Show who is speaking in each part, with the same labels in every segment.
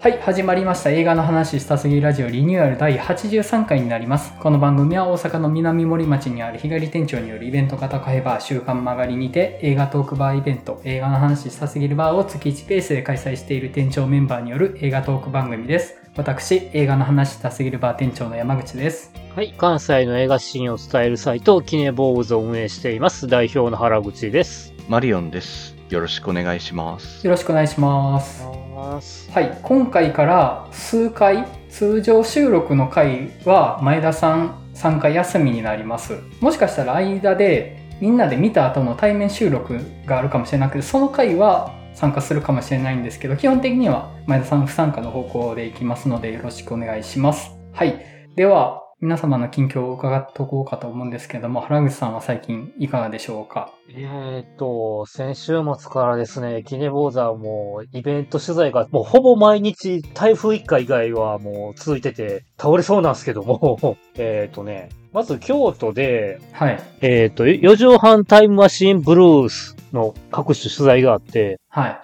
Speaker 1: はい始まりました映画の話したすぎラジオリニューアル第83回になりますこの番組は大阪の南森町にある日帰り店長によるイベント型カフェバー週刊曲がりにて映画トークバーイベント映画の話したすぎるバーを月1ペースで開催している店長メンバーによる映画トーク番組です私映画の話したすぎるバー店長の山口です
Speaker 2: はい、関西の映画シーンを伝えるサイト、キネボーズを運営しています。代表の原口です。
Speaker 3: マリオンです。よろしくお願いします。
Speaker 1: よろしくお願いしますはい、今回から数回通常収録の回は前田さん参加休みになりますもしかしたら間でみんなで見た後の対面収録があるかもしれなくてその回は参加するかもしれないんですけど基本的には前田さん不参加の方向でいきますのでよろしくお願いしますはいでは皆様の近況を伺っておこうかと思うんですけども原口さんは最近いかがでしょうか
Speaker 2: えっと、先週末からですね、キネボーズはもうイベント取材がもうほぼ毎日台風一過以外はもう続いてて倒れそうなんですけども、 えっとね、まず京都で、
Speaker 1: はい
Speaker 2: えっと、4畳半タイムマシンブルースの各種取材があって、
Speaker 1: はい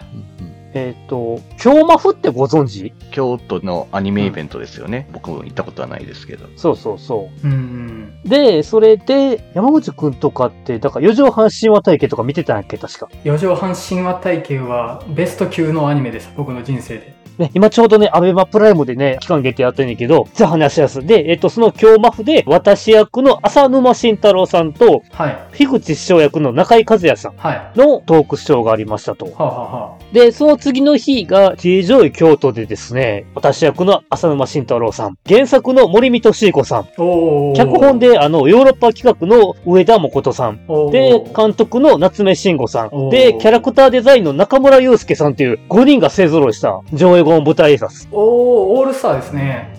Speaker 2: えっと、京マフってご存知
Speaker 3: 京都のアニメイベントですよね。僕も行ったことはないですけど。
Speaker 2: そうそうそう。
Speaker 1: うんうん
Speaker 2: で、それで、山口くんとかって、だから、四畳半神話体系とか見てたんやっけ、確か。
Speaker 1: 四畳半神話体系はベスト級のアニメです僕の人生で
Speaker 2: ね、今ちょうどね、アベマプライムでね、期間限定やってんねんけど、じゃあ話しやすい。で、えっと、その京マフで、私役の浅沼慎太郎さんと、
Speaker 1: はい
Speaker 2: 樋口師匠役の中井和也さん
Speaker 1: はい
Speaker 2: のトークショーがありましたと。
Speaker 1: はあ、はあは
Speaker 2: で、その次の日が、T 上位京都でですね、私役の浅沼慎太郎さん、原作の森見敏彦さん、
Speaker 1: あ、おー
Speaker 2: 脚本で、あの、ヨーロッパ企画の上田誠さん、
Speaker 1: おー
Speaker 2: で、監督の夏目慎吾さ
Speaker 1: おー
Speaker 2: ん。で、キャラクターデザインの中村祐介さんという5人が勢揃いした上映後の舞台挨拶。
Speaker 1: おーオールスターですね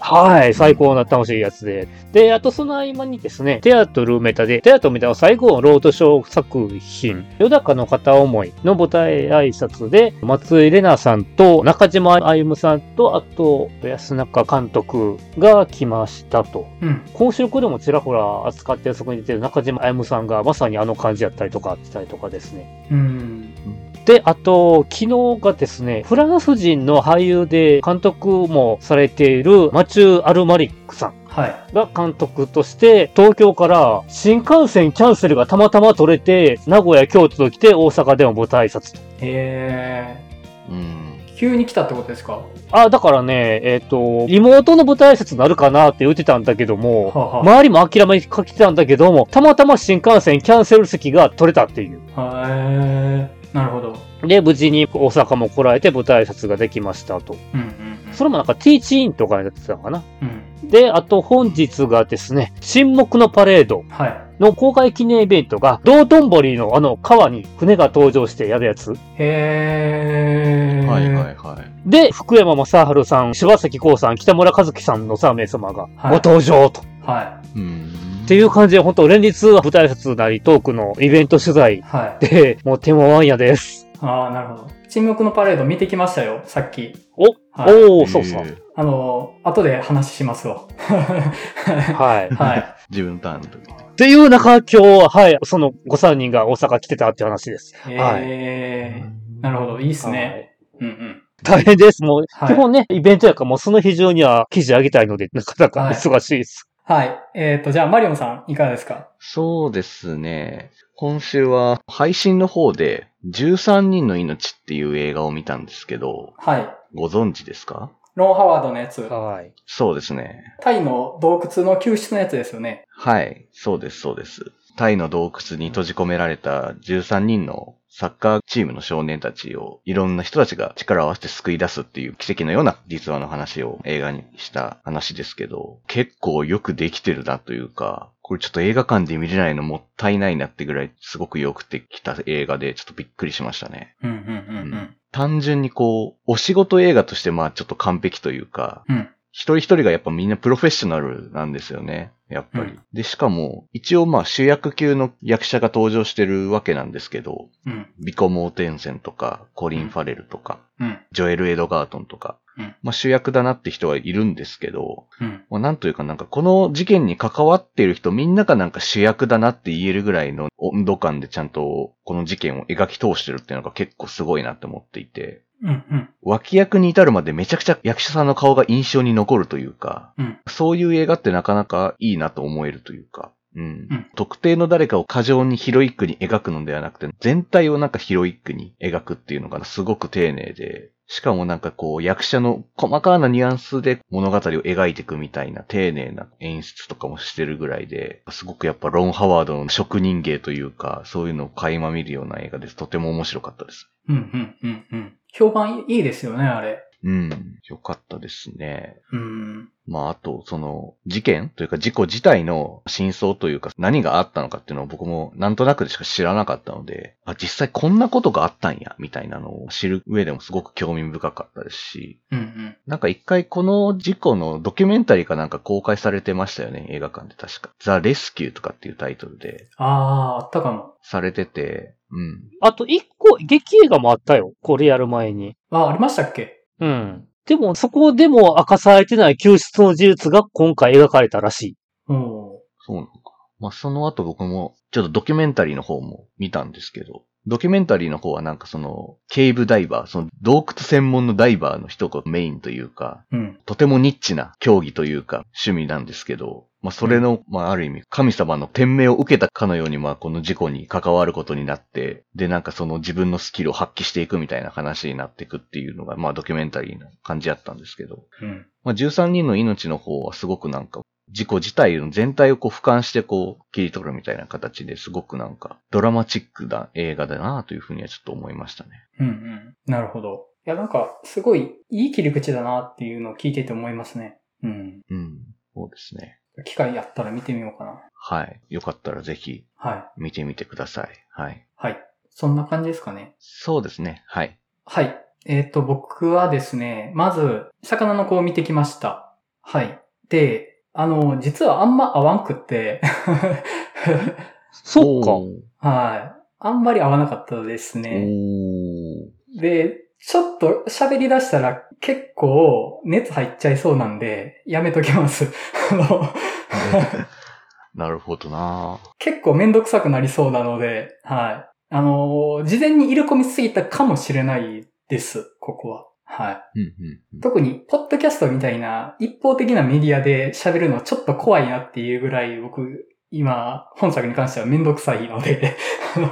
Speaker 2: はい、最高な楽しいやつで。で、あとその合間にですね、テアトルメタで、テアトルメタの最後のロードショー作品、よだかの片思いの舞台挨拶で、松井玲奈さんと中島歩さんと、あと安中監督が来ましたと。
Speaker 1: うん
Speaker 2: 今週こでもちらほら扱ってそこに出てる中島歩さんがまさにあの感じやったりとかしたりとかですね。
Speaker 1: うん
Speaker 2: で、あと、昨日がですね、フランス人の俳優で監督もされているマチュー・アルマリックさん
Speaker 1: はい
Speaker 2: が監督として、東京から新幹線キャンセルがたまたま取れて、名古屋、京都と来て大阪でも舞台挨拶と。
Speaker 1: え
Speaker 3: うん。
Speaker 1: ー、急に来たってことですかは
Speaker 2: あ、だからね、えっ、と、妹の舞台挨拶になるかなって言ってたんだけど
Speaker 1: あ、
Speaker 2: も、
Speaker 1: は
Speaker 2: 周りも諦めかけてたんだけども、たまたま新幹線キャンセル席が取れたっていう。
Speaker 1: あ、へー、なるほど
Speaker 2: で、無事に大阪も来られて舞台挨拶ができましたと。
Speaker 1: うんうんうん
Speaker 2: それもなんかティーチインとかやってたのかな。
Speaker 1: うん
Speaker 2: で、あと本日がですね、沈黙のパレード
Speaker 1: はい
Speaker 2: の公開記念イベントが、道頓堀のあの川に船が登場してやるやつ。
Speaker 1: へー
Speaker 3: はいはいはい。
Speaker 2: で、福山雅治さん、柴崎ウさん、北村和樹さんの3名様が
Speaker 1: はい
Speaker 2: ご登場と。
Speaker 1: は
Speaker 3: うん。
Speaker 2: っていう感じで、本当連日舞台挨拶なりトークのイベント取
Speaker 1: い
Speaker 2: 材
Speaker 1: はい
Speaker 2: で、もう手もワンやです。
Speaker 1: ああなるほど沈黙のパレード見てきましたよさっき
Speaker 2: お、
Speaker 1: はい
Speaker 2: おー、そうそう
Speaker 3: え。ー
Speaker 1: あの後で話しますわ
Speaker 2: はい。っ
Speaker 1: はい
Speaker 3: 自分ターンの時。
Speaker 2: ていう中、今日は、はい、そのご3人が大阪来てたって話です。はい
Speaker 1: えーなるほどいいっすねうんうん
Speaker 2: 大変です。もう、
Speaker 1: はい
Speaker 2: 基本ね、イベントやから、もうその日中には記事上げたいので、 なかなか
Speaker 1: はい
Speaker 2: 忙しいです。
Speaker 1: はい。えっ、と、じゃあ、マリオンさん、いかがですか
Speaker 3: そうですね。今週は配信の方で13人の命っていう映画を見たんですけど、
Speaker 1: はい。
Speaker 3: ご存知ですか
Speaker 1: ロン・ハワードのやつ。
Speaker 2: はい。
Speaker 3: そうですね。
Speaker 1: タイの洞窟の救出のやつですよね。
Speaker 3: はい、そうです、そうです。タイの洞窟に閉じ込められた13人のサッカーチームの少年たちをいろんな人たちが力を合わせて救い出すっていう奇跡のような実話の話を映画にした話ですけど、結構よくできてるなというか、これちょっと映画館で見れないのもったいないなってぐらいすごく良くてきた映画でちょっとびっくりしましたね。
Speaker 1: うん、うん、うん、
Speaker 3: 単純にこう、お仕事映画としてまあちょっと完璧というか、
Speaker 1: うん。うん。
Speaker 3: 一人一人がやっぱみんなプロフェッショナルなんですよね。やっぱり。
Speaker 1: うん
Speaker 3: で、しかも、一応まあ主役級の役者が登場してるわけなんですけど、
Speaker 1: うん、
Speaker 3: ビコ・モーテンセンとか、コリン・ファレルとか、
Speaker 1: うん、
Speaker 3: ジョエル・エドガートンとか、
Speaker 1: うん
Speaker 3: まあ主役だなって人はいるんですけど、
Speaker 1: うん。
Speaker 3: まあなんというかなんかこの事件に関わっている人みんながなんか主役だなって言えるぐらいの温度感でちゃんとこの事件を描き通してるっていうのが結構すごいなって思っていて、
Speaker 1: うんうん
Speaker 3: 脇役に至るまでめちゃくちゃ役者さんの顔が印象に残るというか、
Speaker 1: うん
Speaker 3: そういう映画ってなかなかいいなと思えるというか、うん
Speaker 1: ん
Speaker 3: 特定の誰かを過剰にヒロイックに描くのではなくて、全体をなんかヒロイックに描くっていうのがすごく丁寧で、しかもなんかこう役者の細かなニュアンスで物語を描いていくみたいな丁寧な演出とかもしてるぐらいで、すごくやっぱロン・ハワードの職人芸というか、そういうのを垣間見るような映画です。とても面白かったです。
Speaker 1: うんうんうんうん。評判いいですよね、あれ。
Speaker 3: うん。よかったですね。
Speaker 1: うん。
Speaker 3: まあ、あと、その、事件というか事故自体の真相というか、何があったのかっていうのを僕もなんとなくでしか知らなかったので、あ、実際こんなことがあったんや、みたいなのを知る上でもすごく興味深かったですし、
Speaker 1: うんうん。
Speaker 3: なんか一回この事故のドキュメンタリーかなんか公開されてましたよね、映画館で確か。ザ・レスキューとかっていうタイトルで、
Speaker 1: ああ、あったかも。
Speaker 3: されてて、うん。
Speaker 2: あと一個、劇映画もあったよ。これやる前に。
Speaker 1: あ、ありましたっけ
Speaker 2: うん。でも、そこでも明かされてない救出の事実が今回描かれたらしい。
Speaker 1: おー
Speaker 3: そうなのか。まあ、その後僕も、ちょっとドキュメンタリーの方も見たんですけど、ドキュメンタリーの方はなんかその、ケイブダイバー、その洞窟専門のダイバーの人がメインというか、
Speaker 1: うん。
Speaker 3: とてもニッチな競技というか趣味なんですけど、まあそれの、まあある意味神様の天命を受けたかのようにまあこの事故に関わることになって、でなんかその自分のスキルを発揮していくみたいな話になっていくっていうのがまあドキュメンタリーな感じだったんですけど、
Speaker 1: うん。
Speaker 3: まあ、13人の命の方はすごくなんか、事故自体の全体をこう俯瞰してこう切り取るみたいな形ですごくなんかドラマチックな映画だなというふうにはちょっと思いましたね。
Speaker 1: うんうん。なるほど。いや、なんか、すごいいい切り口だなっていうのを聞いてて思いますね。うん。
Speaker 3: うん。そうですね。
Speaker 1: 機会あったら見てみようかな。
Speaker 3: はい。よかったらぜひ
Speaker 1: はい。
Speaker 3: 見てみてください。はい。
Speaker 1: はい。そんな感じですかね。
Speaker 3: そうですね。はい。
Speaker 1: はい。えっ、と、僕はですね、まず、魚の子を見てきました。はい。で、あの、実はあんま合わんくって、
Speaker 2: そっか。
Speaker 3: おー
Speaker 1: はい。あんまり合わなかったです
Speaker 3: お
Speaker 1: ね。
Speaker 3: ー。
Speaker 1: で、ちょっと喋り出したら結構熱入っちゃいそうなんで、やめときます。 あの、
Speaker 3: なるほどな
Speaker 1: 結構めんどくさくなりそうなので、はい。あのー事前に入れ込みすぎたかもしれないです、ここは。はい。
Speaker 3: うんうんうん。
Speaker 1: 特に、ポッドキャストみたいな一方的なメディアで喋るのはちょっと怖いなっていうぐらい僕、今、本作に関してはめんどくさいので、 あの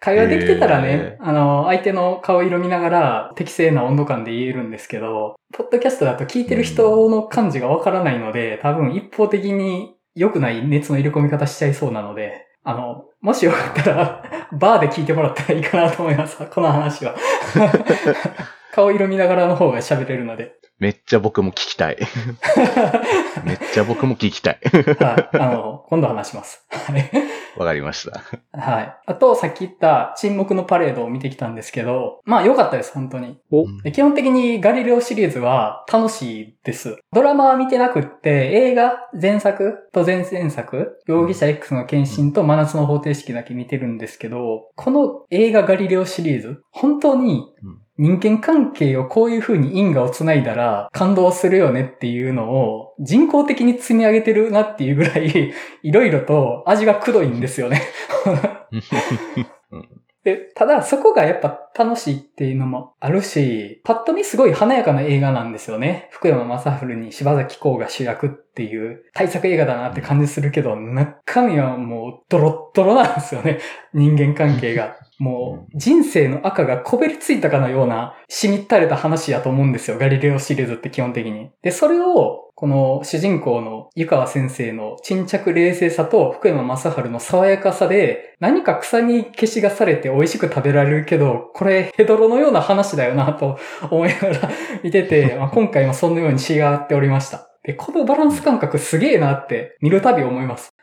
Speaker 1: 会話できてたらね
Speaker 3: へ、
Speaker 1: あの、相手の顔色見ながら適正な温度感で言えるんですけど、ポッドキャストだと聞いてる人の感じがわからないので、多分一方的に良くない熱の入れ込み方しちゃいそうなので、あの、もしよかったら、 バーで聞いてもらったらいいかなと思います。この話は。 顔色見ながらの方が喋れるので。
Speaker 3: めっちゃ僕も聞き たい。めっちゃ僕も聞きたい。
Speaker 1: はい。あの、今度話します。はい。
Speaker 3: わかりました。
Speaker 1: はい。あと、さっき言った沈黙のパレードを見てきたんですけど、まあ良かったです、本当に。
Speaker 2: お
Speaker 3: うん
Speaker 1: で基本的にガリレオシリーズは楽しいです。ドラマは見てなくって、映画前作と前々作、容疑者 X の献身と真夏の方程式だけ見てるんですけど、この映画ガリレオシリーズ、本当に
Speaker 3: うん
Speaker 1: 人間関係をこういう風に因果を繋いだら感動するよねっていうのを人工的に積み上げてるなっていうぐらい、 いろいろと味がくどいんですよね。で、ただそこがやっぱ楽しいっていうのもあるし、パッと見すごい華やかな映画なんですよね。福山雅治に柴崎公が主役っていう大作映画だなって感じするけど、中身はもうドロッドロなんですよね。人間関係が。もう人生の赤がこべりついたかのような染みったれた話やと思うんですよ。ガリレオシリーズって基本的に。で、それをこの主人公の湯川先生の沈着冷静さと福山雅治の爽やかさで何か草に消しがされて美味しく食べられるけど、これヘドロのような話だよなと思いながら 見てて、まあ、今回もそのように仕上がっておりました。で、このバランス感覚すげえなって見るたび思います。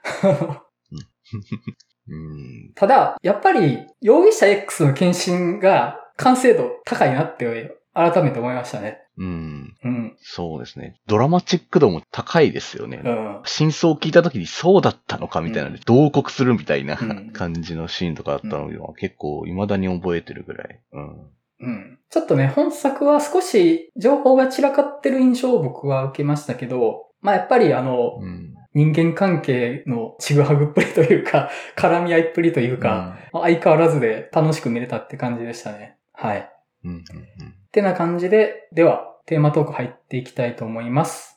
Speaker 3: うん。
Speaker 1: ただ、やっぱり、容疑者 X の検診が完成度高いなって、改めて思いましたね。
Speaker 3: うん。
Speaker 1: うん。
Speaker 3: そうですね。ドラマチック度も高いですよね。
Speaker 1: うん。
Speaker 3: 真相を聞いた時にそうだったのかみたいなので、同国するみたいな
Speaker 1: うん
Speaker 3: 感じのシーンとかあったのは結構未だに覚えてるぐらい。うん。
Speaker 1: うん。ちょっとね、本作は少し情報が散らかってる印象を僕は受けましたけど、まあやっぱりあの、
Speaker 3: うん。
Speaker 1: 人間関係のちぐはぐっぷりというか、 絡み合いっぷりというか、
Speaker 3: うん
Speaker 1: まあ相変わらずで楽しく見れたって感じでしたね。はい。
Speaker 3: うんうんうん
Speaker 1: てな感じで、では、テーマトーク入っていきたいと思います。